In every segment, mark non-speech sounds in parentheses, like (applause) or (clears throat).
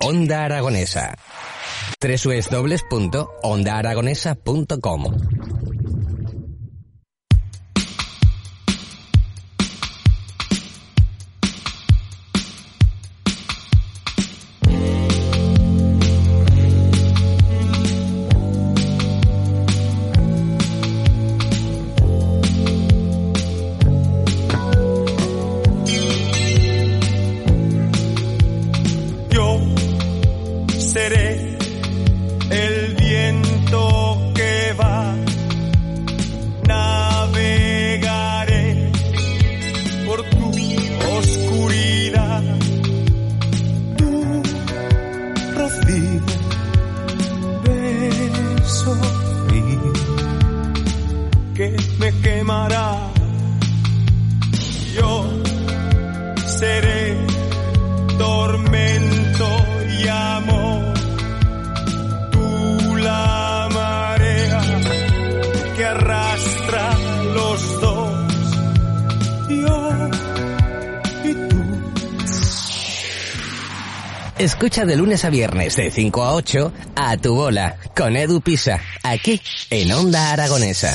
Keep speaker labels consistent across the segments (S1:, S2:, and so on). S1: Onda Aragonesa. www.ondaaragonesa.com
S2: Yo seré el viento que va. Navegaré por tu oscuridad. Tu rocío, beso frío que me quemará. Yo seré tormento y amor. Tú la marea que arrastra a los dos, yo y tú.
S1: Escucha de lunes a viernes de 5 a 8 a tu bola con Edu Pisa, aquí en Onda Aragonesa.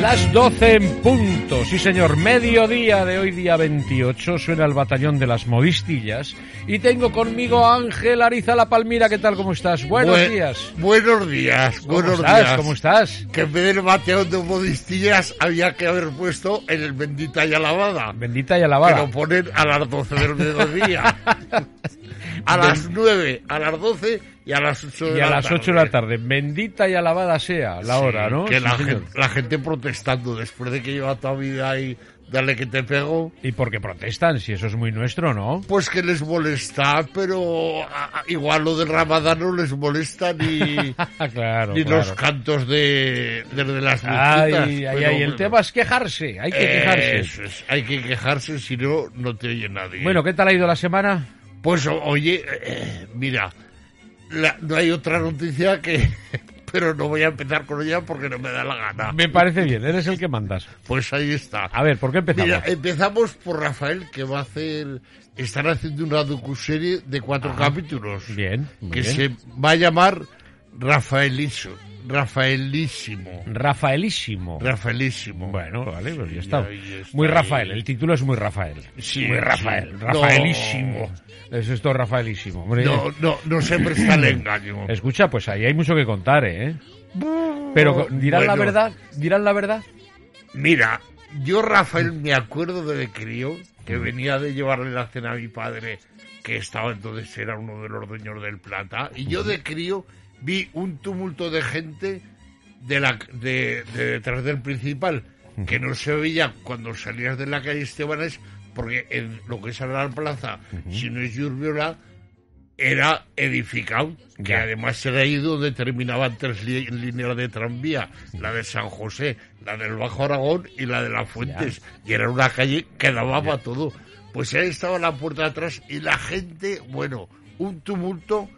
S3: Las 12 en punto, sí señor, mediodía de hoy día 28, suena el batallón de las modistillas y tengo conmigo a Ángel Ariza La Palmira, ¿qué tal? ¿Cómo estás? Buenos
S4: Bue-
S3: días.
S4: Buenos días,
S3: ¿Cómo
S4: buenos
S3: estás?
S4: días.
S3: ¿Cómo estás?
S4: Que en vez del bateo de modistillas había que haber puesto en el bendita y alabada.
S3: Bendita y
S4: Pero
S3: alabada.
S4: poner a las 12
S3: (laughs)
S4: del mediodía. a las 9, a las 12 y a las 8 de
S3: Y
S4: la
S3: a las 8 de
S4: tarde.
S3: la tarde, bendita y alabada sea la
S4: Sí,
S3: hora, ¿no?
S4: Que
S3: Sí,
S4: la,
S3: señor.
S4: gente, la gente protestando después de que lleva toda vida ahí, dale que te pego.
S3: Y porque protestan, si eso es muy nuestro, ¿no? (laughs)
S4: Pues que les molesta, pero a- a- igual lo del Ramadán no les
S3: (laughs)
S4: molesta ni,
S3: Ah, claro,
S4: ni los
S3: claro.
S4: cantos de, desde las
S3: Ay,
S4: mezquitas,
S3: ay,
S4: pero
S3: ay, el
S4: bueno.
S3: tema es quejarse, hay que quejarse.
S4: Eso es, hay que quejarse, si no, no te oye nadie.
S3: Bueno, ¿qué tal ha ido la semana?
S4: pues o- oye, eh, eh, mira, la- no hay otra noticia que... (laughs) Pero no voy a empezar con ella porque no me da la gana.
S3: Me parece Ah, bien, eres el que mandas.
S4: Pues ahí está.
S3: A ver, ¿por qué empezamos?
S4: Mira, empezamos por Rafael, que va a hacer... Están haciendo una docuserie de cuatro capítulos.
S3: Ah, Bien, muy
S4: Que
S3: bien.
S4: se va a llamar Rafaeliso. Rafaelísimo.
S3: Rafaelísimo.
S4: Rafaelísimo.
S3: Bueno, vale, pues
S4: Sí,
S3: ya está.
S4: ahí está,
S3: Muy
S4: ahí.
S3: Rafael, el título es muy Rafael.
S4: Sí,
S3: muy
S4: sí.
S3: Rafael,
S4: No.
S3: Rafaelísimo. Es esto Rafaelísimo. Hombre,
S4: No,
S3: eh,
S4: no, no se
S3: (clears throat)
S4: presta el engaño.
S3: Escucha, pues ahí hay mucho que contar, ¿eh? Pero co- dirán la
S4: Bueno.
S3: verdad, dirán la verdad.
S4: Mira, yo Rafael me acuerdo de crío que venía de llevarle la cena a mi padre, que estaba entonces era uno de los dueños del plata, y yo de crío vi un tumulto de gente de la de, de detrás del principal que no se veía cuando salías de la calle Estebanes porque en lo que es ahora la plaza, si no es Yurbiola, era edificado, que
S3: Ya.
S4: además era ahí donde terminaban tres li- líneas de tranvía, la de San José, la del Bajo Aragón y la de las Fuentes, y era una calle que daba para todo. Pues ahí estaba la puerta de atrás y la gente, bueno, un tumulto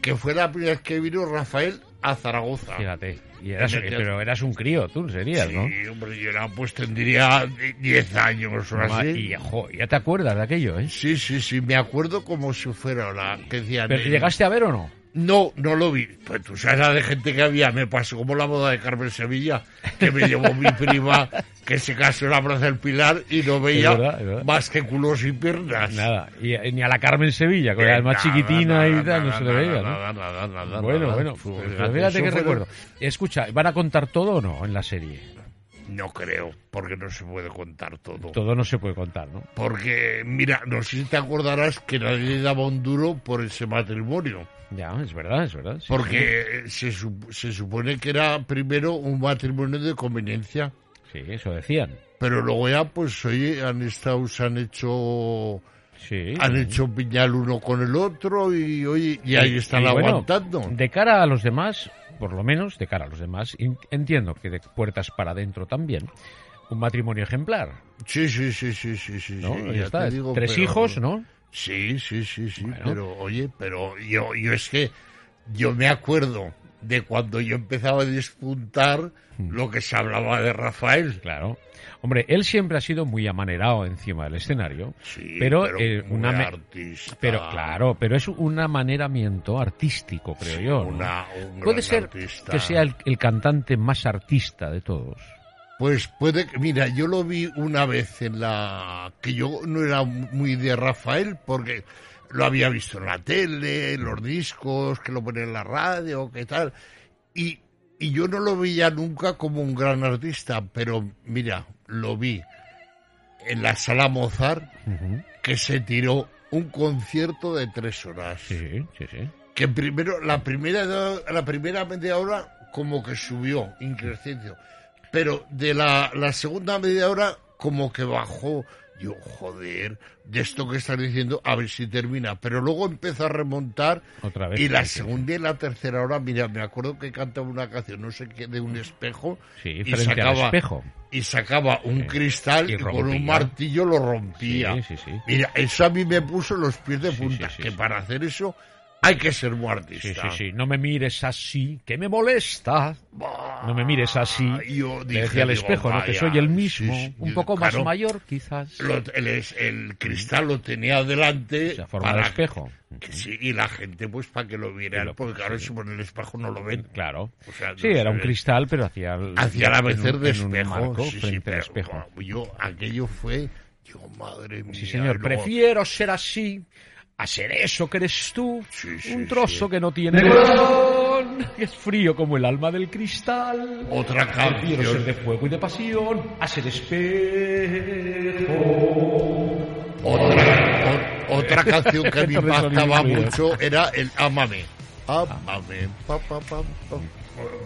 S4: que fue la primera vez que vino Rafael a Zaragoza.
S3: Fíjate. Y eras-
S4: En el-
S3: pero eras un crío, tú serías, ¿no?
S4: Sí, hombre, yo era, pues tendría 10 años o
S3: Ma-
S4: así.
S3: Y jo, ya te acuerdas de aquello, ¿eh?
S4: Sí, sí, sí, me acuerdo como si fuera ahora, que decían...
S3: Pero
S4: eh,
S3: llegaste a ver o no?
S4: No, no lo vi. Pues tú sabes la de gente que había. Me pasó como la boda de Carmen Sevilla, que me llevó mi prima, que se casó en la Plaza del Pilar y no veía
S3: Es verdad, es verdad.
S4: más que culos y piernas.
S3: Nada. Y, y ni a la Carmen Sevilla, que
S4: Eh,
S3: era más
S4: nada,
S3: chiquitina y
S4: nada,
S3: tal, no
S4: nada,
S3: se le veía, ¿no?
S4: Nada, nada, nada,
S3: Bueno,
S4: nada.
S3: bueno,
S4: Fue-
S3: pues
S4: fíjate,
S3: fíjate
S4: eso
S3: que
S4: fue-
S3: recuerdo. Escucha, ¿van a contar todo o no en la serie?
S4: No creo, porque no se puede contar todo.
S3: Todo no se puede contar, ¿no?
S4: Porque, mira, no sé si te acordarás que nadie le daba un duro por ese matrimonio.
S3: Ya, es verdad, es verdad. sí.
S4: Porque eh, se, sup- se supone que era primero un matrimonio de conveniencia.
S3: Sí, eso decían.
S4: Pero luego ya, pues, oye, han estado, se han hecho,
S3: Sí.
S4: han hecho piñal uno con el otro y, oye, Ah, y ahí están
S3: Y bueno,
S4: aguantando.
S3: de cara a los demás, por lo menos de cara a los demás, in- entiendo que de puertas para adentro también, un matrimonio ejemplar,
S4: Sí, sí, sí, sí, sí, sí.
S3: ¿no?
S4: sí,
S3: Ya
S4: ya
S3: está,
S4: te digo,
S3: tres
S4: pero-
S3: hijos, ¿no?
S4: Sí, sí, sí, sí,
S3: Bueno.
S4: pero oye, pero yo, yo es que yo me acuerdo de cuando yo empezaba a despuntar
S3: Hmm.
S4: lo que se hablaba de Rafael.
S3: Claro. Hombre, él siempre ha sido muy amanerado encima del escenario,
S4: Sí,
S3: pero, eh,
S4: muy
S3: una me-
S4: artista.
S3: pero claro, pero es un amaneramiento artístico, creo yo. ¿no?
S4: una- un
S3: Puede
S4: gran
S3: ser
S4: artista.
S3: que sea el, el cantante más artista de todos.
S4: Pues puede que, mira, yo lo vi una vez en la que yo no era muy de Rafael porque lo había visto en la tele, en
S3: Mm.
S4: los discos, que lo ponía en la radio, qué tal. Y, y yo no lo veía nunca como un gran artista, pero mira, lo vi en la sala Mozart
S3: Ujú.
S4: que se tiró un concierto de tres horas
S3: Sí, sí, sí.
S4: que primero la primera la primera media hora como que subió increscencio pero de la, la segunda media hora como que bajó yo joder de esto que están diciendo a ver si termina pero luego empezó a remontar
S3: Otra vez.
S4: y la
S3: Sí, sí,
S4: segunda y la tercera hora mira me acuerdo que cantaba una canción no sé qué de un espejo
S3: Sí, frente al espejo.
S4: y sacaba un
S3: Sí.
S4: cristal
S3: Y
S4: y, con
S3: rompía.
S4: un martillo lo rompía
S3: Sí, sí, sí.
S4: Mira, eso a mí me puso los pies de
S3: Sí,
S4: punta.
S3: sí, sí,
S4: que
S3: sí.
S4: para hacer eso hay que ser muy
S3: Sí,
S4: artista.
S3: sí, sí. No me mires así, que me molesta.
S4: Bah,
S3: No me mires así.
S4: Ah, Yo
S3: Le
S4: dije,
S3: decía al
S4: digo,
S3: espejo, ¿no? Que
S4: vaya,
S3: soy el mismo,
S4: sí, sí.
S3: un
S4: Yo,
S3: poco más
S4: claro,
S3: mayor, quizás.
S4: lo- el, es- el cristal lo tenía delante.
S3: O sea, forma de espejo.
S4: que sí, y la gente, pues, para que lo
S3: Y
S4: viera.
S3: lo-
S4: porque claro,
S3: sí.
S4: si por el espejo no lo ven.
S3: Claro.
S4: O sea, no
S3: sí, era
S4: se
S3: un
S4: ve.
S3: cristal, pero hacía el-
S4: Hacia la
S3: en un-
S4: vecer de
S3: en un
S4: espejo.
S3: marco
S4: sí, sí,
S3: frente al
S4: pero,
S3: espejo.
S4: guau, yo, aquello fue. Digo, madre mía.
S3: Sí, señor.
S4: y luego-
S3: Prefiero ser así a ser eso que eres tú.
S4: Sí, sí,
S3: un trozo
S4: sí.
S3: que no tiene corazón, que (laughs) es frío como el alma del cristal.
S4: Otra
S3: Prefiero ser
S4: canción.
S3: de fuego y de pasión a ser espejo.
S4: Oh, Otra, o- otra canción que a mí
S3: (laughs)
S4: me
S3: Entonces, Ah.
S4: impactaba
S3: sonido.
S4: mucho era el Amame. Amame. Pa, pa, pa, pa.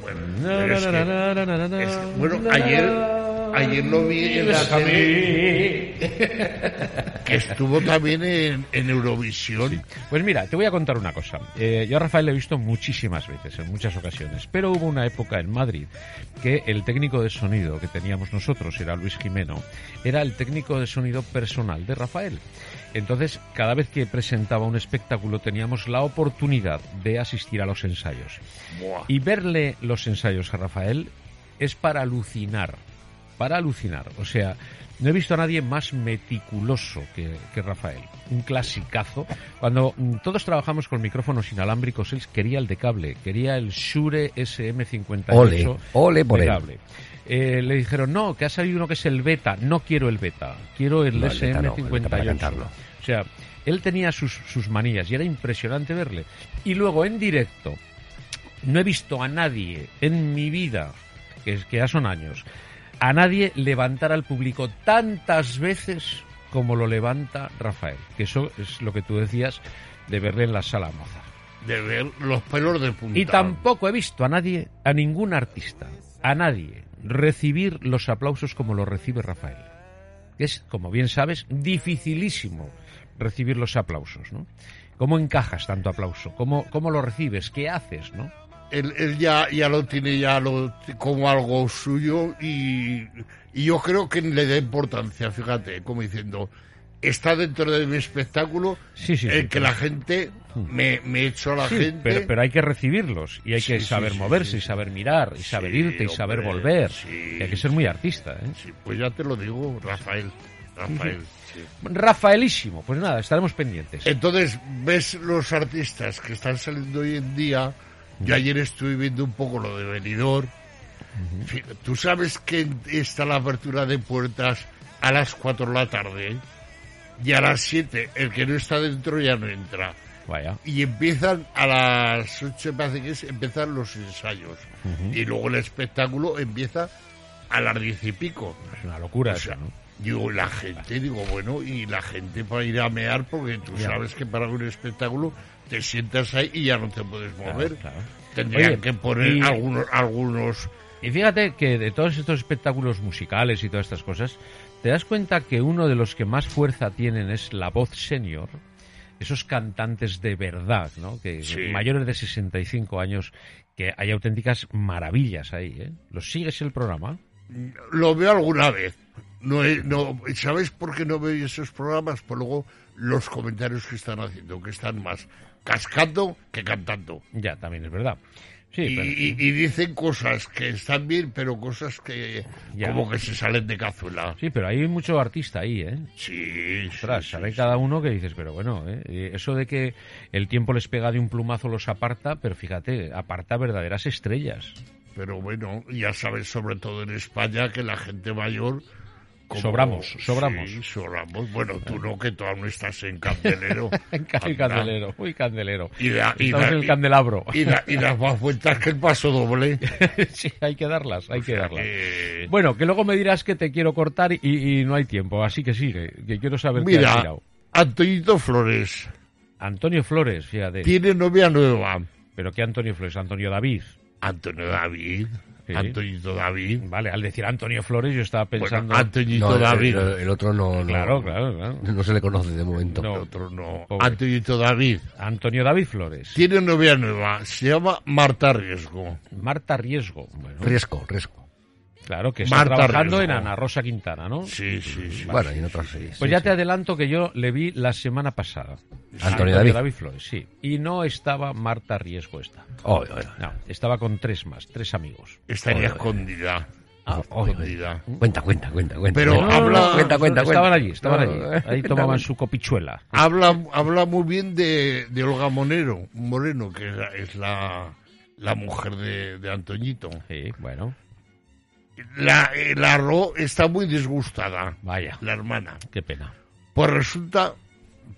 S4: Bueno, pero es que- es que- bueno, ayer, ayer lo vi en la tele, que estuvo también en, en Eurovisión.
S3: Pues mira, te voy a contar una cosa. Eh, yo a Rafael le he visto muchísimas veces, en muchas ocasiones, pero hubo una época en Madrid que el técnico de sonido que teníamos nosotros, era Luis Jimeno, era el técnico de sonido personal de Rafael. Entonces, cada vez que presentaba un espectáculo teníamos la oportunidad de asistir a los ensayos.
S4: Buah.
S3: Y verle los ensayos a Rafael es para alucinar, para alucinar. O sea, no he visto a nadie más meticuloso que, que Rafael. Un clasicazo. Cuando mm, todos trabajamos con micrófonos inalámbricos, él quería el de cable, quería el Shure SM58
S1: Ole, ole por
S3: de
S1: él.
S3: cable. Eh, le dijeron, no, que ha salido uno que es el beta. No quiero el beta, quiero el
S1: No, el beta no, el
S3: SM58.
S1: beta para cantarlo.
S3: O sea, él tenía sus, sus manías y era impresionante verle. Y luego en directo, no he visto a nadie en mi vida, que, es, que ya son años, a nadie levantar al público tantas veces como lo levanta Rafael. Que eso es lo que tú decías de verle en la sala moza.
S4: De ver los pelos de punta.
S3: Y tampoco he visto a nadie, a ningún artista, a nadie, recibir los aplausos como los recibe Rafael. Es, como bien sabes, dificilísimo recibir los aplausos, ¿no? ¿Cómo encajas tanto aplauso? ¿Cómo, cómo lo recibes? ¿Qué haces, no?
S4: Él, él ya, ya lo tiene ya lo, como algo suyo y, y yo creo que le da importancia, fíjate, como diciendo, está dentro de mi espectáculo
S3: Sí, sí,
S4: el
S3: sí,
S4: que
S3: pero-
S4: la gente me, me echó a la
S3: Sí,
S4: gente.
S3: pero, pero hay que recibirlos y hay que
S4: Sí, sí,
S3: saber
S4: sí,
S3: moverse
S4: sí,
S3: y saber mirar y saber
S4: Sí,
S3: irte y saber
S4: hombre,
S3: volver.
S4: sí.
S3: Y hay que ser muy artista, ¿eh?
S4: Sí, pues ya te lo digo, Rafael. Rafael. sí.
S3: Rafaelísimo, pues nada, estaremos pendientes.
S4: Entonces, ves los artistas que están saliendo hoy en día. Yo ayer estuve viendo un poco lo de Benidorm. Fí- Tú sabes que está la apertura de puertas a las 4 de la tarde y a las 7 el que no está dentro ya no entra.
S3: Vaya.
S4: Y empiezan a las 8, me parece que es, empiezan los ensayos. Y luego el espectáculo empieza a las 10 y pico.
S3: Es una locura
S4: O sea,
S3: eso, ¿no?
S4: Digo, la gente, digo, bueno, y la gente para ir a mear, porque tú
S3: Ya.
S4: sabes que para un espectáculo te sientas ahí y ya no te puedes
S3: Claro,
S4: mover.
S3: claro.
S4: Tendrían
S3: Oye,
S4: que poner
S3: y-
S4: algunos, algunos
S3: Y fíjate que de todos estos espectáculos musicales y todas estas cosas, te das cuenta que uno de los que más fuerza tienen es la voz senior, esos cantantes de verdad, ¿no? Que
S4: Sí.
S3: mayores de 65 años, que hay auténticas maravillas ahí, ¿eh? ¿Los sigues el programa?
S4: Lo veo alguna vez. No, he- no, ¿Sabes por qué no veo esos programas? Por luego los comentarios que están haciendo, que están más cascando que cantando.
S3: Ya, también es verdad. Sí,
S4: y,
S3: pero-
S4: y- y dicen cosas que están bien, pero cosas que
S3: Ya.
S4: como que se salen de cazuela.
S3: sí, pero hay mucho artista ahí, ¿eh?
S4: Sí, sí,
S3: Ostras,
S4: sí,
S3: sabe
S4: sí.
S3: cada uno que dices, pero bueno, ¿eh? Eh, eso de que el tiempo les pega de un plumazo los aparta, pero fíjate, aparta verdaderas estrellas.
S4: Pero bueno, ya sabes, sobre todo en España, que la gente mayor...
S3: Sobramos, sobramos.
S4: Sí, sobramos. Bueno, tú no, que todavía no estás en
S3: (laughs)
S4: candelero.
S3: Uy,
S4: Anda.
S3: candelero, uy, candelero.
S4: Y da- y
S3: Estamos
S4: da-
S3: en el
S4: y-
S3: candelabro.
S4: Y, da- y las más vueltas que el
S3: (laughs)
S4: paso doble.
S3: sí, hay que darlas, hay que darlas.
S4: Eh,
S3: Bueno, que luego me dirás que te quiero cortar y, y no hay tiempo, así que sigue, que quiero saber qué has
S4: mira,
S3: tirado.
S4: Antonito Flores
S3: Antonio Flores, fíjate.
S4: tiene novia nueva.
S3: ¿Pero qué Antonio Flores? Antonio David.
S4: Antonio David.
S3: Sí.
S4: Antonito David.
S3: Vale, al decir Antonio Flores yo estaba pensando...
S4: Bueno, Antoñito
S5: No, el-
S4: David.
S5: El, el otro no, no-
S3: Claro, claro, claro.
S5: No se le conoce de momento.
S3: No.
S4: Otro no.
S3: Pobre.
S4: Antoñito David.
S3: Antonio David Flores.
S4: Tiene novia nueva. Se llama Marta Riesgo.
S3: Marta Riesgo. Bueno,
S5: Riesgo, riesgo.
S3: claro, que está
S4: Marta
S3: trabajando
S4: Riesgo.
S3: en Ana Rosa Quintana, ¿no?
S4: Sí, sí, sí.
S5: Bueno, y en otras series.
S3: Pues ya te adelanto que yo le vi la semana pasada.
S5: Antonio David.
S3: Flores, sí. Y no estaba Marta Riesgo esta.
S5: Oy, oy, oy.
S3: No, estaba con tres más, tres amigos.
S4: Estaría
S5: Joder.
S4: escondida.
S3: Ah,
S5: Oy, oy.
S4: escondida.
S5: Cuenta, cuenta, cuenta, cuenta.
S4: Pero
S5: Cuenta,
S4: habla-
S5: Cuenta, cuenta, cuenta.
S3: Estaban allí, estaban
S5: No, no, eh,
S3: allí. Ahí
S5: cuenta,
S3: tomaban
S5: cuenta.
S3: su copichuela.
S4: Habla, habla muy bien de, de Olga Monero, Moreno, que es la, es la, la mujer de, de Antoñito.
S3: Sí, bueno,
S4: La, eh, la Ro está muy disgustada,
S3: vaya,
S4: la hermana.
S3: qué pena.
S4: Pues resulta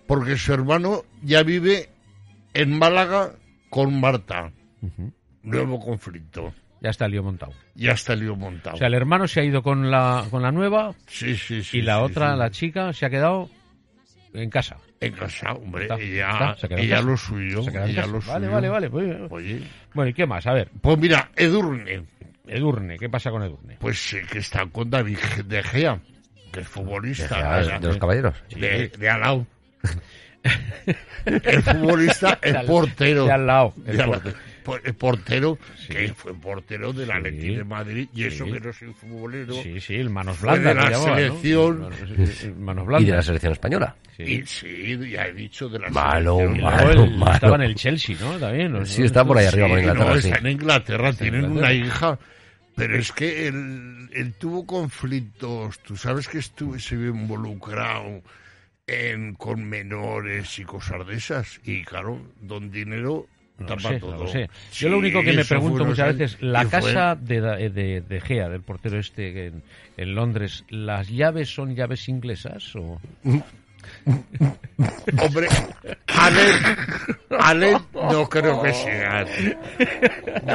S4: porque su hermano ya vive en Málaga con Marta.
S3: Ujú.
S4: Nuevo conflicto.
S3: Ya está el lío montado.
S4: Ya está el lío montado.
S3: O sea, el hermano se ha ido con la, con la nueva
S4: sí, sí, sí.
S3: y la
S4: sí,
S3: otra,
S4: sí.
S3: la chica, se ha quedado en casa.
S4: En casa, hombre.
S3: Está,
S4: ella
S3: está, se queda en
S4: ella
S3: casa.
S4: lo suyo.
S3: Se ha quedado en
S4: Ella
S3: casa.
S4: lo
S3: vale,
S4: suyo.
S3: vale, vale, pues,
S4: Oye,
S3: Bueno, ¿y qué más? A ver,
S4: pues mira, Edurne,
S3: Edurne, ¿qué pasa con Edurne?
S4: pues sí, que está con David de Gea, que es futbolista.
S5: Ah,
S4: era-
S5: De los caballeros.
S4: de, de Alau.
S3: (laughs)
S4: el futbolista es portero.
S3: De al lado. el
S4: De Alau.
S3: portero.
S4: Por- el portero,
S3: Sí.
S4: que fue portero del
S3: Sí.
S4: Atleti de Madrid, y eso
S3: Sí.
S4: que no soy futbolero.
S3: Sí, sí, el manos
S4: Fue de
S3: blandas. le
S4: la
S3: llamaban, ¿no?
S4: selección.
S3: Manos- el Manos
S5: Y de la
S3: blandas.
S5: selección española.
S3: Sí.
S4: Y sí, ya he dicho de la
S5: Malo,
S4: selección.
S3: Y
S5: malo.
S3: luego él
S5: malo.
S3: Estaba en el Chelsea, ¿no? También. ¿no?
S5: Sí, está por ahí arriba,
S4: Sí,
S5: por Inglaterra,
S4: Eh, no,
S5: sí.
S4: está en Inglaterra, tienen
S3: Inglaterra.
S4: una hija, pero es que él, él tuvo conflictos, tú sabes que estuve, se vio involucrado en, con menores y cosas de esas, y claro, don dinero
S3: No lo
S4: tapa
S3: sé,
S4: todo.
S3: no lo sé.
S4: Sí,
S3: Yo lo único que me
S4: eso
S3: pregunto
S4: fue unos
S3: muchas
S4: años,
S3: veces, la
S4: y fue-
S3: casa de, Da- eh, de, de Gea, del portero este en, en Londres, ¿las llaves son llaves inglesas? O...
S4: Hombre, Allen, Allen no creo que sea.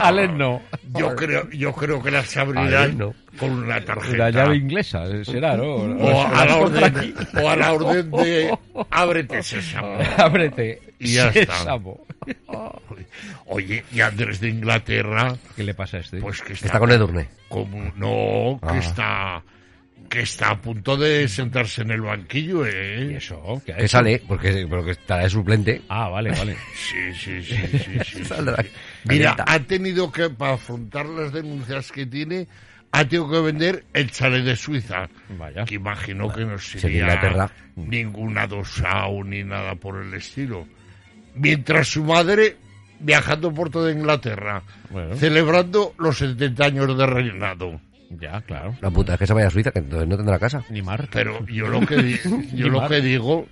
S3: Allen no. (laughs)
S4: Yo creo, yo creo que las abrirán
S5: Allen no.
S4: con una tarjeta.
S3: La llave inglesa, eh, será,
S4: (laughs)
S3: ¿no?
S4: o a Pues la
S3: Las contra-
S4: orden, o a la orden (laughs) de ábrete sésamo.
S3: (laughs) Ábrete.
S4: Y ya está.
S3: sésamo.
S4: Oye, y Andrés de Inglaterra,
S3: ¿Qué le pasa a este?
S4: pues que está,
S5: Está con Edurne.
S4: como no, que
S5: Ah.
S4: está que está a punto de sentarse en el banquillo,
S3: ¿Y
S4: eh.
S3: eso? ¿Qué ha
S5: Que
S3: hecho?
S5: sale, porque, porque estará de suplente.
S3: Ah, vale, vale.
S4: Sí, sí, sí, sí, sí, (laughs) sí, sí.
S5: Saldrá.
S4: Mira,
S5: Calienta.
S4: ha tenido que para afrontar las denuncias que tiene, ha tenido que vender el chalet de Suiza.
S3: Vaya.
S4: Que imagino que no
S5: sería Inglaterra.
S4: sería ninguna dosao ni nada por el estilo. Mientras su madre viajando por toda Inglaterra,
S3: Bueno.
S4: celebrando los 70 años de reinado.
S3: Ya, claro.
S5: La puta, es que se vaya a Suiza, que entonces no tendrá casa.
S3: Ni mar.
S4: Pero yo lo que, di- yo lo que digo,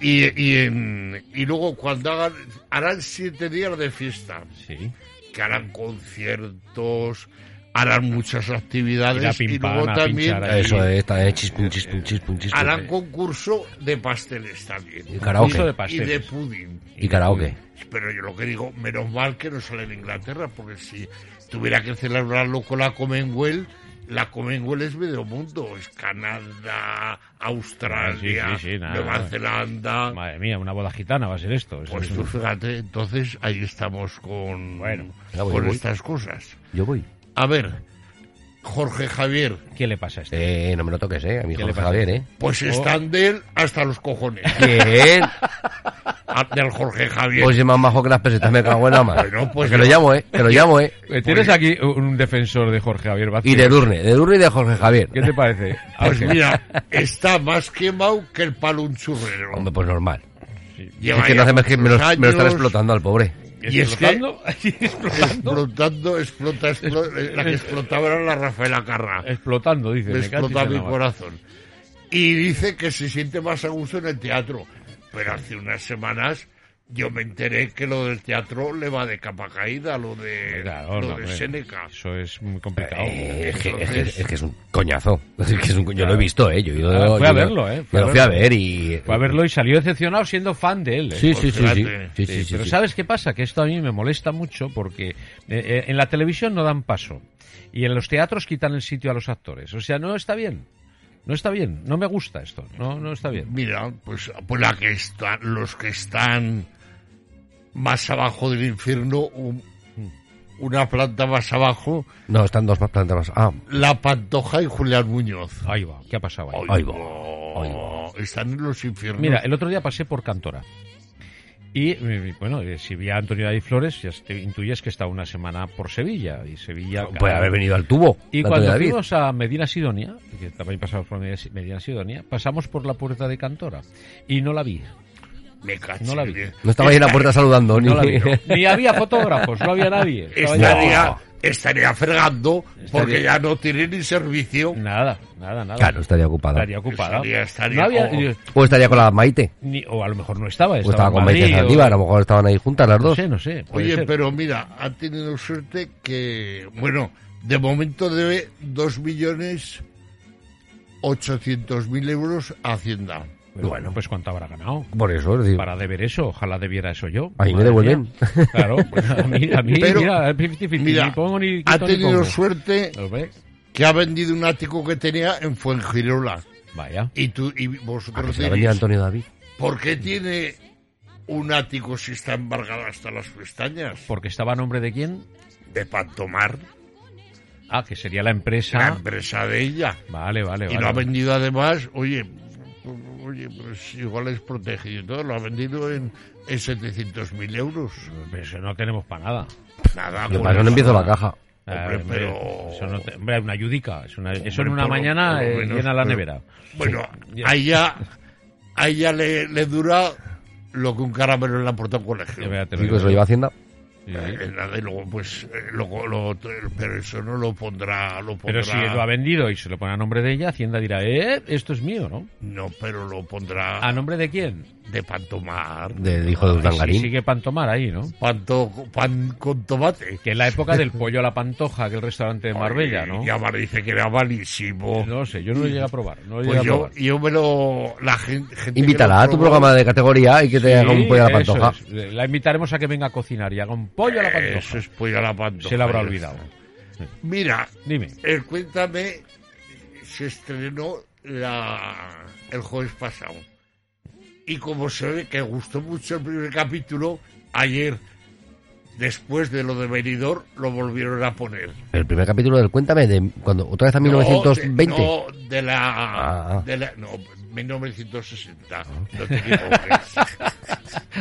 S4: y, y, en- y luego cuando hagan, harán siete días de fiesta,
S3: Sí.
S4: que harán conciertos, harán muchas actividades
S3: Ir a
S4: y
S3: Pimpán
S4: luego
S3: a
S4: también
S3: pinchar ahí.
S5: Eso es, está de chispun, chispun, chispun, chispun.
S4: harán concurso de pasteles también.
S5: Y
S3: Guiso
S5: karaoke.
S3: de
S4: Y de
S3: pasteles.
S4: pudín.
S5: Y karaoke.
S4: Pero yo lo que digo, menos mal que no sale en Inglaterra, porque si tuviera que celebrarlo con la Commonwealth, la Commonwealth es medio mundo, es Canadá, Australia,
S3: Ah, Sí, sí, sí, nada,
S4: Nueva
S3: nada.
S4: Zelanda.
S3: Madre mía, una boda gitana va a ser esto. Es-
S4: Pues
S3: es-
S4: tú fíjate, entonces ahí estamos con,
S3: Bueno,
S5: ya voy,
S4: con
S5: voy.
S4: estas cosas.
S5: Yo voy.
S4: A ver, Jorge Javier,
S3: ¿Qué le pasa a este?
S5: Eh, no me lo toques, eh. A mi
S3: ¿Qué le
S5: Jorge
S3: pasa?
S5: Javier, eh.
S4: pues están de él hasta los cojones.
S5: Bien.
S4: Ah, Del Jorge Javier.
S5: Oye, Pues más majo que las pesetas, me cago en la mano.
S4: Bueno, pues
S5: que lo
S4: yo-
S5: llamo, eh. Que lo llamo, eh.
S3: Eh, Tienes aquí un defensor de Jorge Javier Vázquez.
S5: Y de Durne, de Durne y de Jorge Javier.
S3: ¿Qué te parece?
S4: (laughs) Pues
S3: Ángel?
S4: mira, está más quemado que el palo un churrero.
S5: Hombre, pues normal.
S4: Lleva
S5: es que no
S4: ya
S5: hace más que me lo,
S4: muchos
S5: me lo están
S4: años,
S5: explotando al pobre.
S4: Y es que (laughs)
S3: ¿Explotando? ¿Explotando?
S4: explotando, explota, explota, la que explotaba era la Rafaela Carra.
S3: Explotando, dice.
S4: Me
S3: me cachis
S4: explota
S3: en la
S4: mi
S3: mar.
S4: corazón. Y dice que se siente más a gusto en el teatro. Pero hace unas semanas yo me enteré que lo del teatro le va de capa caída, lo de,
S3: Claro,
S4: lo
S3: no,
S4: de
S3: hombre,
S4: Seneca.
S3: Eso es muy complicado.
S5: Eh, es, que, es, que,
S4: entonces-
S5: es que es un coñazo. (laughs) Es que es un co- yo lo he visto, eh. Yo, yo-
S3: Ah, fue
S5: yo-
S3: a verlo, eh, fue
S5: yo
S3: a
S5: lo fui a
S3: verlo.
S5: ver y.
S3: Fue a verlo y salió decepcionado siendo fan de él. ¿eh?
S5: Sí, sí, sí, sí.
S4: Fíjate.
S5: Sí, sí,
S3: Sí,
S5: sí,
S3: pero
S5: sí.
S3: ¿sabes qué pasa? Que esto a mí me molesta mucho porque eh, eh, en la televisión no dan paso y en los teatros quitan el sitio a los actores. O sea, no está bien. No está bien. No me gusta esto. No, no está bien.
S4: Mira, pues, pues la que está, los que están más abajo del infierno, un- una planta más abajo,
S5: No, están dos más plantas más. Ah,
S4: La Pantoja y Julián Muñoz.
S3: Ahí va. ¿Qué ha pasado ahí?
S5: Ahí va,
S4: no,
S5: ahí
S4: Están en los infiernos.
S3: Mira, el otro día pasé por Cantora. Y eh, bueno, eh, si vi a Antonio Day Flores, ya te intuyes que está una semana por Sevilla. Y Sevilla.
S5: Pues puede haber venido al tubo.
S3: Y
S5: la
S3: cuando
S5: David.
S3: fuimos a Medina Sidonia, que también pasamos por Medina- Medina Sidonia, pasamos por la puerta de Cantora. Y no la vi.
S4: me cacho.
S3: no la vi.
S4: bien.
S5: No estaba ahí en la puerta saludando.
S3: No
S5: ni-
S3: la vi.
S5: (laughs)
S3: Ni había fotógrafos, no había nadie. Estaba ya-
S4: Estaría, estaría fregando porque ya no tiene ni servicio.
S3: Nada, nada, nada.
S5: Claro, estaría ocupada.
S3: Estaría ocupada.
S4: Estaría- estaría-
S3: No había-
S4: o-
S5: O estaría con la Maite.
S3: ni- o a lo mejor no estaba.
S5: O estaba
S3: en
S5: con
S3: Madrid,
S5: Maite
S3: o-
S5: Zaldívar. A lo mejor estaban ahí juntas las
S3: No
S5: dos.
S3: sé, no sé. puede
S4: Oye,
S3: ser.
S4: pero mira, ha tenido suerte que, bueno, de momento debe 2 millones 800 mil euros a Hacienda.
S3: Pero bueno, pues cuánto habrá ganado.
S5: Por eso, es decir,
S3: Para deber eso, ojalá debiera eso yo.
S5: A mí me
S3: Madre
S5: devuelven.
S3: mía. Claro, pues a mí, a mí
S4: Pero,
S3: mira, 50-50,
S4: Mira,
S3: ni pongo ni
S4: ha
S3: quito ni
S4: tenido
S3: pongo.
S4: suerte
S3: ¿Lo ves?
S4: que ha vendido un ático que tenía en Fuengirola.
S3: Vaya.
S4: Y tú y
S5: Ah, que
S4: vosotros
S5: se la venía
S4: diréis,
S5: Antonio David.
S4: ¿por qué tiene un ático si está embargado hasta las pestañas?
S3: Porque estaba a nombre de quién?
S4: De Pantomar,
S3: Ah, que sería la empresa.
S4: la empresa de ella.
S3: Vale, vale,
S4: Y
S3: vale.
S4: lo ha vendido además, oye, oye, pues igual es protegido y todo, lo ha vendido en, en 700.000 euros.
S3: Pero eso no tenemos para nada.
S4: Nada,
S5: Yo
S4: con
S5: para eso
S4: eso
S5: no empiezo la caja.
S4: Hombre,
S3: Ah, hombre,
S4: pero-
S3: Eso no te- hombre, una yudica. Es una, eso en
S4: Hombre,
S3: una
S4: por lo-
S3: mañana
S4: por lo
S3: eh,
S4: menos,
S3: llena la
S4: pero-
S3: nevera.
S4: Bueno,
S3: ya.
S4: a ella, a ella le, le dura lo que un caramelo en la puerta de un colegio.
S3: Ya verá, te lo
S5: Digo,
S3: digo
S5: se lo lleva Hacienda.
S3: yo. Sí, sí.
S4: Eh, nada, y luego, pues, eh, luego lo- pero eso no lo pondrá, lo
S3: Pero
S4: pondrá
S3: si lo ha vendido y se lo pone a nombre de ella, Hacienda dirá, eh, esto es mío, ¿no?
S4: No, pero lo pondrá
S3: ¿A nombre de quién?
S4: de pantomar.
S5: Del hijo de
S3: Y
S5: Urdangarín.
S3: sigue Pantomar ahí, ¿no?
S4: Panto, pan con tomate.
S3: Que es la época del pollo a la pantoja, que el restaurante de Marbella, ¿no?
S4: Y Amar dice que era malísimo.
S3: No lo sé, yo no lo llegué a probar. No lo llegué
S4: pues
S3: a
S4: yo,
S3: probar.
S4: yo me lo. La gente, gente que lo
S5: Invítala a tu
S4: probó,
S5: programa de categoría y que te haga un
S3: Sí,
S5: pollo a la
S3: eso
S5: pantoja.
S3: es. Eh, La invitaremos a que venga a cocinar y haga un pollo a la pantoja.
S4: Eso es pollo a la pantoja.
S3: Se la habrá
S4: ya
S3: olvidado.
S4: está. Mira,
S3: Dime.
S4: eh, cuéntame, se estrenó la, el jueves pasado. Y como se ve que gustó mucho el primer capítulo, ayer, después de lo de Benidorm, lo volvieron a poner.
S5: El primer capítulo del Cuéntame, de cuando, otra vez a 1920.
S4: No, de, no, de la,
S5: Ah.
S4: de la- No, 1960.
S3: Ah.
S4: No te equivoques.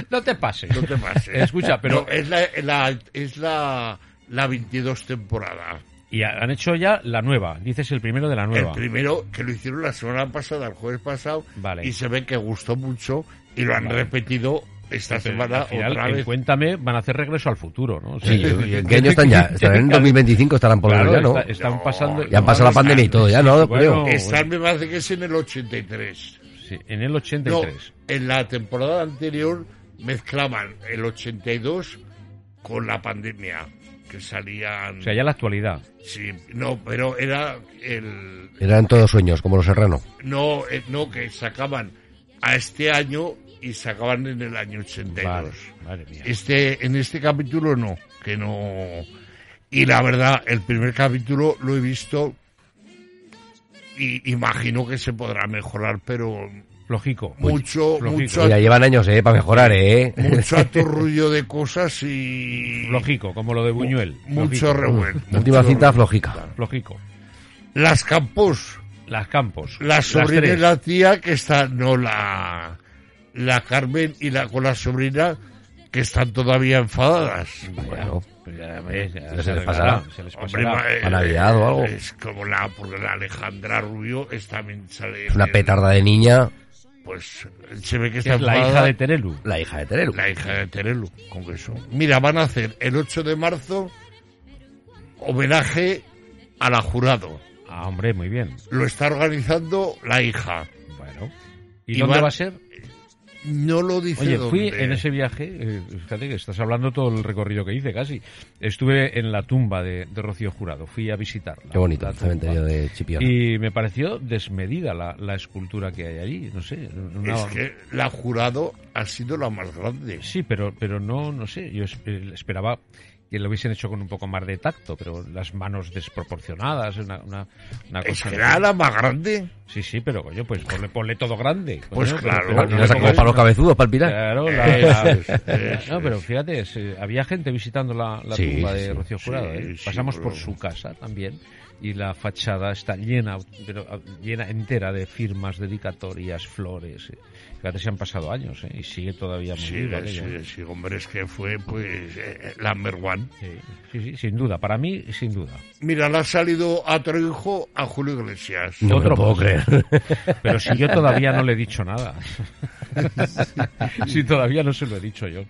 S3: No te pases.
S4: No te pases.
S3: (laughs) Escucha, pero-
S4: No, es la, la- es la, la 22 temporada.
S3: Y ha- han hecho ya la nueva. Dices el primero de la
S4: El
S3: nueva.
S4: primero que lo hicieron la semana pasada, el jueves pasado,
S3: Vale.
S4: y se ve que gustó mucho y lo han repetido esta
S3: Pero
S4: semana
S3: al final,
S4: otra
S3: en
S4: vez.
S3: Cuéntame, van a hacer regreso al futuro, ¿no? O sea,
S5: Sí, ¿y
S3: (laughs)
S5: ¿en qué año están ya? Estarán en 2025, estarán por
S3: Claro,
S5: ya, ¿no?
S3: está- están pasando...
S5: Ya pasa la pandemia y todo, ya, ¿no?
S3: Bueno,
S5: Creo.
S4: Esta me parece que es en el 83.
S3: sí, en el
S4: No,
S3: 83.
S4: en la temporada anterior mezclaban el 82 con la pandemia, que salían...
S3: O sea, ya la actualidad.
S4: sí, no, pero era el,
S5: Eran todos sueños, como los serrano.
S4: No, eh, no, que sacaban a este año y sacaban en el año 82.
S3: Vale, madre mía.
S4: Este, en este capítulo no, que no. Y la verdad, el primer capítulo lo he visto y imagino que se podrá mejorar, pero
S3: flojico.
S4: Mucho,
S3: flojico,
S4: mucho.
S5: Oiga, llevan años, ¿eh? Para mejorar, ¿eh?
S3: (laughs)
S4: Mucho aturrullo de cosas y
S3: flojico, como lo de Buñuel.
S4: mucho
S3: flojico,
S4: revuelto.
S5: (laughs) La última
S4: mucho
S5: cinta
S4: revuelto.
S5: flojica.
S3: flojico.
S4: Las Campos,
S3: Las Campos.
S4: la sobrina y
S3: tres.
S4: la tía que está, no la, la Carmen y la con la sobrina que están todavía enfadadas.
S5: Bueno,
S3: Ya ves, Eh, ya
S5: Se les pasará.
S3: Se les
S4: Hombre,
S3: pasará.
S4: ma- eh,
S5: ¿A Navidad o algo?
S4: Es como la, porque la Alejandra Rubio es también sale.
S5: es una
S4: en-
S5: petarda de niña,
S4: Pues se ve que está
S3: Es la hija
S4: enfadada.
S3: de Terelu.
S5: la hija de Terelu.
S4: La hija de Terelu, con eso. Mira, van a hacer el 8 de marzo homenaje a la jurado.
S3: Ah, hombre, muy bien.
S4: Lo está organizando la hija.
S3: Bueno. ¿Y,
S4: Y
S3: dónde
S4: va-
S3: va a ser?
S4: No lo dice
S3: Oye, fui
S4: dónde.
S3: en ese viaje, eh, fíjate que estás hablando todo el recorrido que hice casi. Estuve en la tumba de, de Rocío Jurado, fui a visitarla.
S5: Qué bonito,
S3: La
S5: el
S3: tumba.
S5: cementerio de Chipiona.
S3: Y me pareció desmedida la, la escultura que hay allí, no sé. una-
S4: Es que la jurado ha sido la más grande.
S3: Sí, pero, pero no, no sé, yo es- eh, esperaba que lo hubiesen hecho con un poco más de tacto, pero las manos desproporcionadas, una, una, una
S4: Es
S3: cosa...
S4: que era la más grande.
S3: Sí, sí, pero coño, pues ponle, ponle todo grande.
S4: Pues
S3: coño,
S4: claro,
S3: pero- pero
S4: no
S3: le
S5: Mira, sacamos
S3: pongas-
S5: para los cabezudos, para el pilar.
S3: Claro, la- la-
S5: (laughs)
S4: Eso es, eso
S3: no,
S4: es.
S3: pero fíjate, es, eh, había gente visitando la, la
S5: Sí,
S3: tumba
S5: sí,
S3: de
S5: sí.
S3: Rocío Jurado.
S4: Sí,
S3: ¿eh?
S4: sí,
S3: Pasamos por
S4: claro.
S3: su casa también y la fachada está llena, pero ah, llena entera de firmas, dedicatorias, flores. eh. Fíjate, se han pasado años ¿eh? y sigue todavía muy
S4: Sí,
S3: viva
S4: sí,
S3: aquello.
S4: sí, sí, hombre, es que fue pues eh, la merguan.
S3: Sí, sí, sí, sin duda. Para mí, sin duda.
S4: Mira, le ha salido a otro hijo a Julio Iglesias.
S5: No me
S3: Otro
S5: lo puedo
S3: más.
S5: creer.
S3: (laughs) Pero si yo todavía no le he dicho
S4: (laughs)
S3: nada. si todavía no se lo he dicho yo.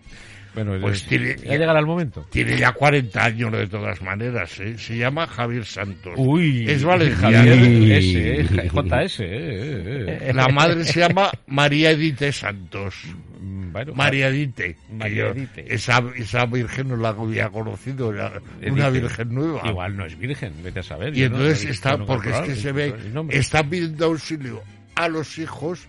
S3: Bueno,
S4: Pues
S3: eh,
S4: tiene-
S3: ya llegará el momento.
S4: Tiene ya 40 años de todas maneras, ¿eh? Se llama Javier Santos.
S3: Uy,
S4: Es valenciano.
S3: Javier, ese, eh, JS. eh, eh, eh.
S4: La madre se llama María Edite Santos.
S3: Mm, Bueno,
S4: María Edite.
S3: María Edite.
S4: Esa, esa virgen no la había conocido, era una
S3: Edite.
S4: virgen nueva.
S3: Eh, Igual no es virgen, vete a saber.
S4: Y
S3: yo no-
S4: entonces
S3: no he visto
S4: está,
S3: nunca,
S4: porque es
S3: claro,
S4: que se
S3: incluso el
S4: ve,
S3: nombre.
S4: está pidiendo auxilio a los hijos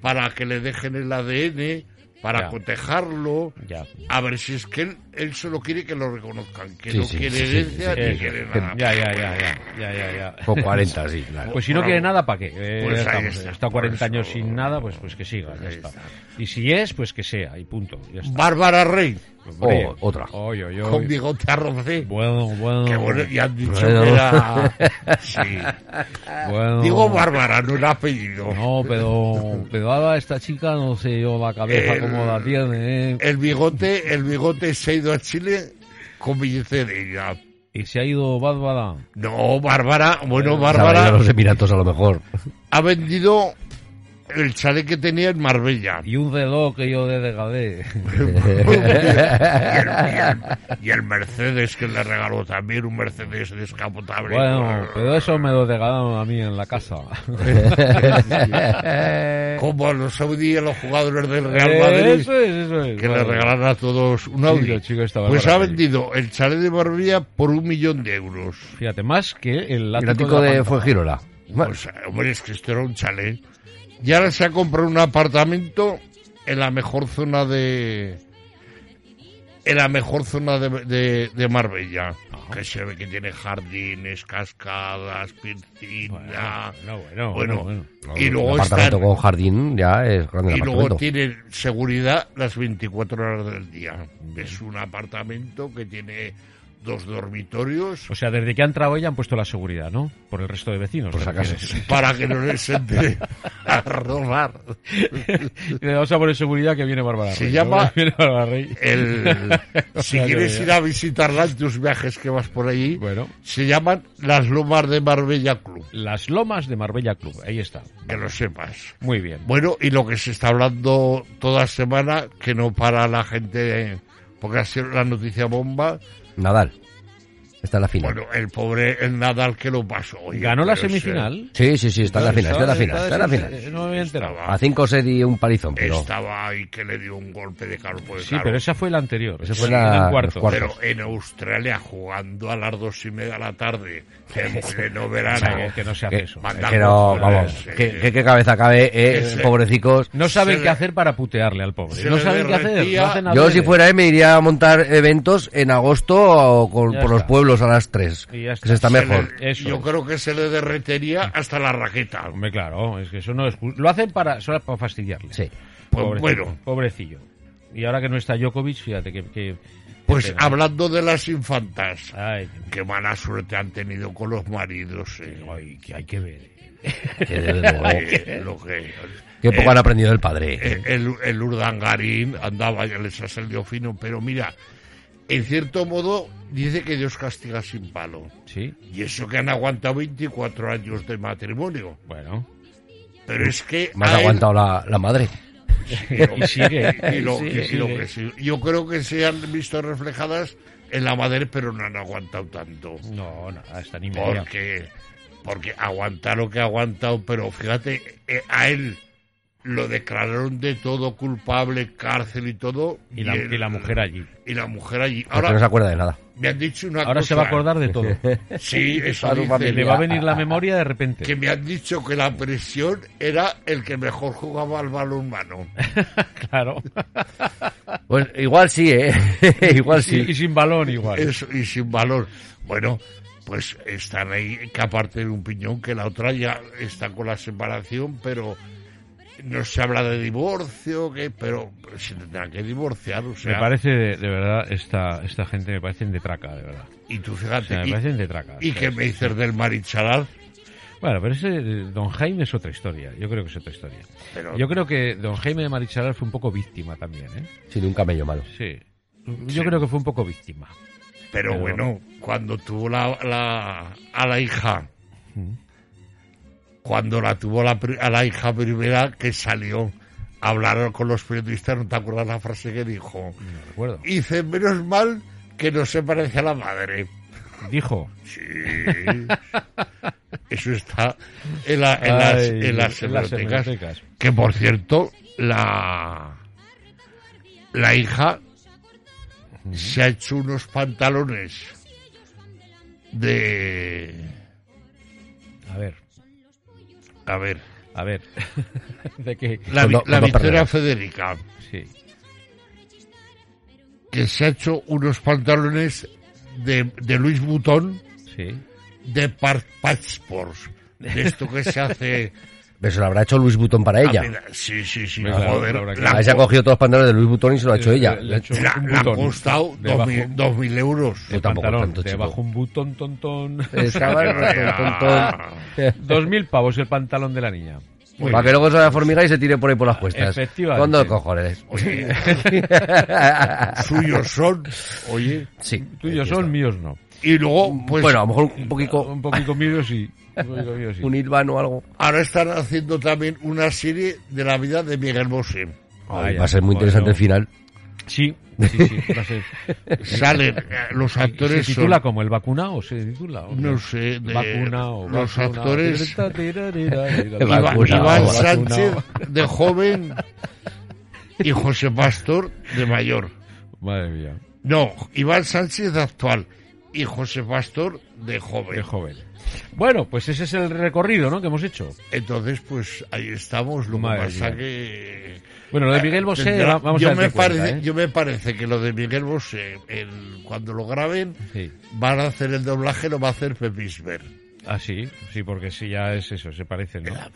S4: para que le dejen el ADN, para
S3: Ya.
S4: cotejarlo.
S3: Ya.
S4: A ver si es que él, él solo quiere que lo reconozcan, que
S5: Sí,
S4: no
S5: sí,
S4: quiere
S5: sí, sí,
S4: herencia
S5: sí,
S4: ni
S3: Eso,
S4: quiere
S3: que-
S4: nada.
S3: ya, ya, ya, ya, ya, ya, ya.
S5: Con 40, sí, claro.
S3: Pues si no
S4: Por
S3: quiere
S4: algo.
S3: nada, ¿para qué? Eh,
S4: Pues ahí
S3: estamos, eh,
S4: está,
S3: está
S4: por
S3: 40 años
S4: eso.
S3: sin nada, pues, pues que siga, ya
S4: Ahí
S3: está.
S4: está.
S3: Y si es, pues que sea, y punto. Ya está.
S4: Bárbara Rey,
S3: Hombre,
S5: Oh, otra.
S3: oy, oy, oy.
S4: con bigote arrocé.
S3: Bueno, bueno.
S4: Que bueno, ya han dicho
S5: Bueno.
S4: que era...
S3: (laughs)
S4: Sí.
S3: bueno.
S4: Digo Bárbara, no el apellido.
S3: No, pero, pero ahora esta chica, no sé yo la cabeza
S4: El-
S3: cómo la tiene, ¿eh?
S4: El bigote, el bigote se ha ido a Chile con billete de ida.
S3: Y se ha ido Bárbara.
S4: No, Bárbara, bueno,
S5: Bárbara. a
S4: Bárbara
S5: los Emiratos a lo mejor.
S4: ha vendido el chalet que tenía en Marbella. Y
S3: (laughs) Y un reloj que yo le regalé.
S4: el, y el- y el Mercedes que le regaló también, un Mercedes descapotable.
S3: Bueno, pero eso me lo regalaron a mí en la casa.
S4: Como a los Saudí y a los jugadores del Real Madrid.
S3: eso es, eso es.
S4: que le
S3: Bueno,
S4: regalan a todos un Audi.
S3: Chico, chico, esta
S4: pues
S3: Bárbara
S4: ha
S3: Rey.
S4: vendido el chalet de Barbilla por un millón de euros.
S3: Fíjate, más que el
S5: El
S3: látigo,
S5: ático
S3: de,
S5: de
S3: la pan-
S5: Fuengirola. Bueno,
S4: Pues, hombre, es que esto era un chalet. Y ahora se ha comprado un apartamento en la mejor zona de... En la mejor zona de, de- de Marbella. Que se ve que tiene jardines, cascadas, piscina...
S3: Bueno, Ah, bueno,
S4: Bueno,
S3: bueno, bueno.
S4: y
S5: un
S4: luego
S5: apartamento
S4: están-
S5: con jardín ya es grande el
S4: Y luego
S5: apartamento.
S4: tiene seguridad las 24 horas del día. Es un apartamento que tiene dos dormitorios
S3: O sea, desde que ha entrado ella han puesto la seguridad, ¿no? Por el resto de vecinos.
S5: Por si
S3: ¿te
S5: Pues
S3: (laughs)
S5: acaso.
S3: refieres?
S4: para que no les entre a robar.
S3: Le vamos a poner seguridad que viene Bárbara
S4: Se
S3: Rey,
S4: llama-
S3: ¿no? (laughs) Viene Bárbara
S5: (laughs)
S3: Rey.
S5: Eh.
S3: (laughs)
S4: El, si
S3: Ya, ya,
S4: quieres
S3: ya.
S4: ir a visitarla en tus viajes que vas por allí,
S3: Bueno.
S4: se llaman las Lomas de Marbella Club,
S3: Las Lomas de Marbella Club. Ahí está.
S4: que lo sepas.
S3: Muy bien.
S4: Bueno, y lo que se está hablando toda semana, que no para la gente, eh, porque ha sido la noticia bomba,
S5: Nadal. Está en la final.
S4: bueno, el pobre el Nadal que lo pasó. Oye,
S3: Ganó la
S4: pero ese-
S3: semifinal.
S5: Sí, sí, sí, está en la final, está en la final, está en la
S3: Eh,
S5: final.
S3: No me había enterado.
S4: Estaba-
S5: A 5 set y un parizón, pero...
S4: Estaba ahí que le dio un golpe de cuerpo de
S3: Sí,
S4: claro.
S3: pero esa fue la anterior.
S5: Esa fue
S3: Sí,
S5: la-
S3: en el
S5: los
S3: cuarto.
S5: cuartos.
S4: Pero en Australia jugando a las dos y media de la tarde, en pleno verano.
S3: que- que no se hace
S5: Que,
S3: eso.
S4: Mandando
S5: que no,
S4: goles,
S5: vamos,
S4: eh,
S5: que, que- que cabeza cabe, eh,
S4: Ese.
S5: pobrecicos.
S3: No saben
S4: Se
S3: qué
S4: le-
S3: hacer para putearle al pobre.
S4: se
S3: No
S4: le
S3: saben qué hacer.
S4: derretía-
S3: no hacen
S5: Yo eh,
S3: adrede.
S5: si fuera él me iría a montar eventos en agosto o con-
S3: Ya
S5: por los
S3: está.
S5: culos a las 3.
S3: Y ya
S5: Que
S3: está.
S5: se está
S4: Se
S5: mejor.
S4: le-
S3: Eso
S4: yo
S3: es.
S4: creo que se le derretería hasta la raqueta.
S3: Hombre, claro, es que eso no es justo. Lo hacen para, solo para fastidiarle.
S5: Sí.
S4: Pues
S3: Pobrecillo,
S4: bueno.
S3: Pobrecillo. Y ahora que no está Djokovic, fíjate que... que-
S4: Pues
S3: que-
S4: hablando de las infantas,
S3: Ay,
S4: qué mala suerte han tenido con los maridos. eh.
S3: ay, que hay que ver.
S5: Que,
S4: (laughs)
S5: desde luego,
S4: Eh, lo que-
S5: que poco
S4: eh,
S5: han aprendido el padre.
S4: eh, el, el Urdangarín andaba, ya les ha salido fino, pero mira, en cierto modo dice que Dios castiga sin palo.
S3: Sí,
S4: Y eso que han aguantado 24 años de matrimonio.
S3: bueno.
S4: Pero es que...
S5: Más
S4: a él-
S5: aguantado la, la madre.
S3: (laughs) Y sigue.
S4: y lo-
S3: y
S4: y
S3: sigue,
S4: lo
S3: sigue.
S4: que sí. Yo creo que se han visto reflejadas en la madre, pero no han aguantado tanto.
S3: No, no, hasta ni media.
S4: Porque, porque aguantar lo que ha aguantado, pero fíjate, eh, a él lo declararon de todo culpable, cárcel y todo.
S3: Y la,
S4: él-
S3: y la mujer allí.
S4: Y la mujer allí.
S5: Porque no se
S4: Ahora
S5: acuerda de nada.
S4: me han dicho una
S3: Ahora
S4: cosa.
S3: se va a acordar de todo.
S4: Sí, eso
S5: Claro,
S4: dice,
S5: familia.
S3: Le va a venir la memoria de repente.
S4: Que me han dicho que la presión era el que mejor jugaba al balonmano. (laughs)
S3: Claro.
S5: Pues igual sí, ¿eh? (laughs) igual sí.
S3: Y, y sin balón igual.
S4: Eso, y sin valor. Bueno, pues están ahí, que aparte de un piñón, que la otra ya está con la separación, pero no se habla de divorcio, que, pero se tendrán que divorciar, o
S3: Me
S4: sea,
S3: parece, de, de verdad, esta, esta gente me parecen de traca, de verdad.
S4: y tú
S3: O sea,
S4: fíjate,
S3: me
S4: y,
S3: parecen de traca.
S4: y
S3: O sea,
S4: qué me dices del marichalar,
S3: Bueno, pero ese eh, Don Jaime es otra historia. Yo creo que es otra historia.
S4: pero
S3: Yo creo que Don Jaime de Marichalar fue un poco víctima también, ¿eh?
S5: Sin un camello malo.
S3: Sí. Yo creo que fue un poco víctima.
S4: Pero
S3: Pero-
S4: bueno, cuando tuvo la, la- a la hija, cuando la tuvo la pri- a la hija primera que salió a hablar con los periodistas, ¿no te acuerdas la frase que dijo?
S3: No recuerdo.
S4: Hice menos mal que no se parece a la madre.
S3: Dijo.
S4: (laughs) Sí. Eso está en, la- en las,
S3: Ay,
S4: en las
S3: en las
S4: hemerotecas.
S3: hemerotecas.
S4: Que por cierto, la, la hija se ha hecho unos pantalones de.
S3: A ver,
S4: A ver,
S3: a ver. (laughs) de que.
S4: la,
S5: Con
S4: vi-
S5: do-
S4: la
S5: con dos
S4: Victoria
S5: perreras.
S4: Federica,
S3: Sí.
S4: que se ha hecho unos pantalones de, de Luis Butón
S3: Sí.
S4: de par- Passports. De esto que
S3: (laughs)
S4: se hace.
S5: Pero se lo habrá hecho Luis Butón para ella.
S4: Apenas- Sí, sí, sí.
S3: Hombre, claro,
S4: joder,
S3: habrá que-
S4: Ah, la, Eh,
S5: Ahí se ha cogido todos los pantalones de Luis Butón y se lo ha hecho
S3: Le-
S5: ella.
S3: le- le ha hecho
S4: la-
S3: un
S4: la ha
S3: botón
S4: costado
S3: debajo
S4: dos mil, dos mil euros.
S3: del
S5: Yo tampoco
S3: pantalón.
S5: tanto,
S3: debajo
S5: chico.
S3: un butón, tontón.
S5: Estaba
S4: (laughs)
S3: Dos mil pavos el pantalón de la niña.
S4: Ah, Muy
S5: Para que luego se vaya formiga y se tire por ahí por las cuestas.
S3: Efectivamente.
S5: ¿Cuándo cojones?
S4: Oye,
S3: (laughs)
S4: suyos son. Oye.
S5: Sí.
S3: Tuyos
S5: Aquí
S3: son,
S5: está.
S3: míos no.
S4: Y luego, pues,
S5: bueno, a lo mejor un poquito
S3: Un poquito mío sí. Un poquito mío sí.
S5: (laughs) un hilvano o algo.
S4: ahora están haciendo también una serie de la vida de Miguel Bosé.
S3: Vaya,
S5: va a ser muy
S3: joder,
S5: interesante
S3: no.
S5: el final.
S3: Sí, sí, sí. Va a
S4: (laughs)
S3: ser. (laughs)
S4: Salen eh, los
S3: ¿Se
S4: actores.
S3: titula
S4: son-
S3: como el vacunao? ¿Se titula? o
S4: no sé, de-
S3: Vacunao.
S4: los
S3: vacunao.
S4: actores.
S3: Tira, tira,
S4: (laughs)
S3: tira, tira.
S4: Iba-
S5: Vacunao,
S4: Iván,
S5: vacunao.
S4: Sánchez de joven y José Pastor de mayor.
S3: Madre mía,
S4: No, Iván Sánchez de actual y José Pastor de
S3: qué
S4: joven.
S3: joven. Bueno, pues ese es el recorrido, ¿no? Que hemos hecho.
S4: Entonces, pues ahí estamos. Lo
S3: Madre
S4: que pasa
S3: mía.
S4: que.
S3: Bueno, lo de Miguel Bosé,
S4: Tendrá-
S3: va- vamos
S4: Eh, yo
S3: a ver. ¿eh?
S4: me parece, Yo me parece que lo de Miguel Bosé, el- cuando lo graben,
S3: Sí.
S4: van a hacer el doblaje, lo va a hacer Pepisber.
S3: Ah, sí, sí, porque sí, ya es eso, se parece, ¿no? Ya,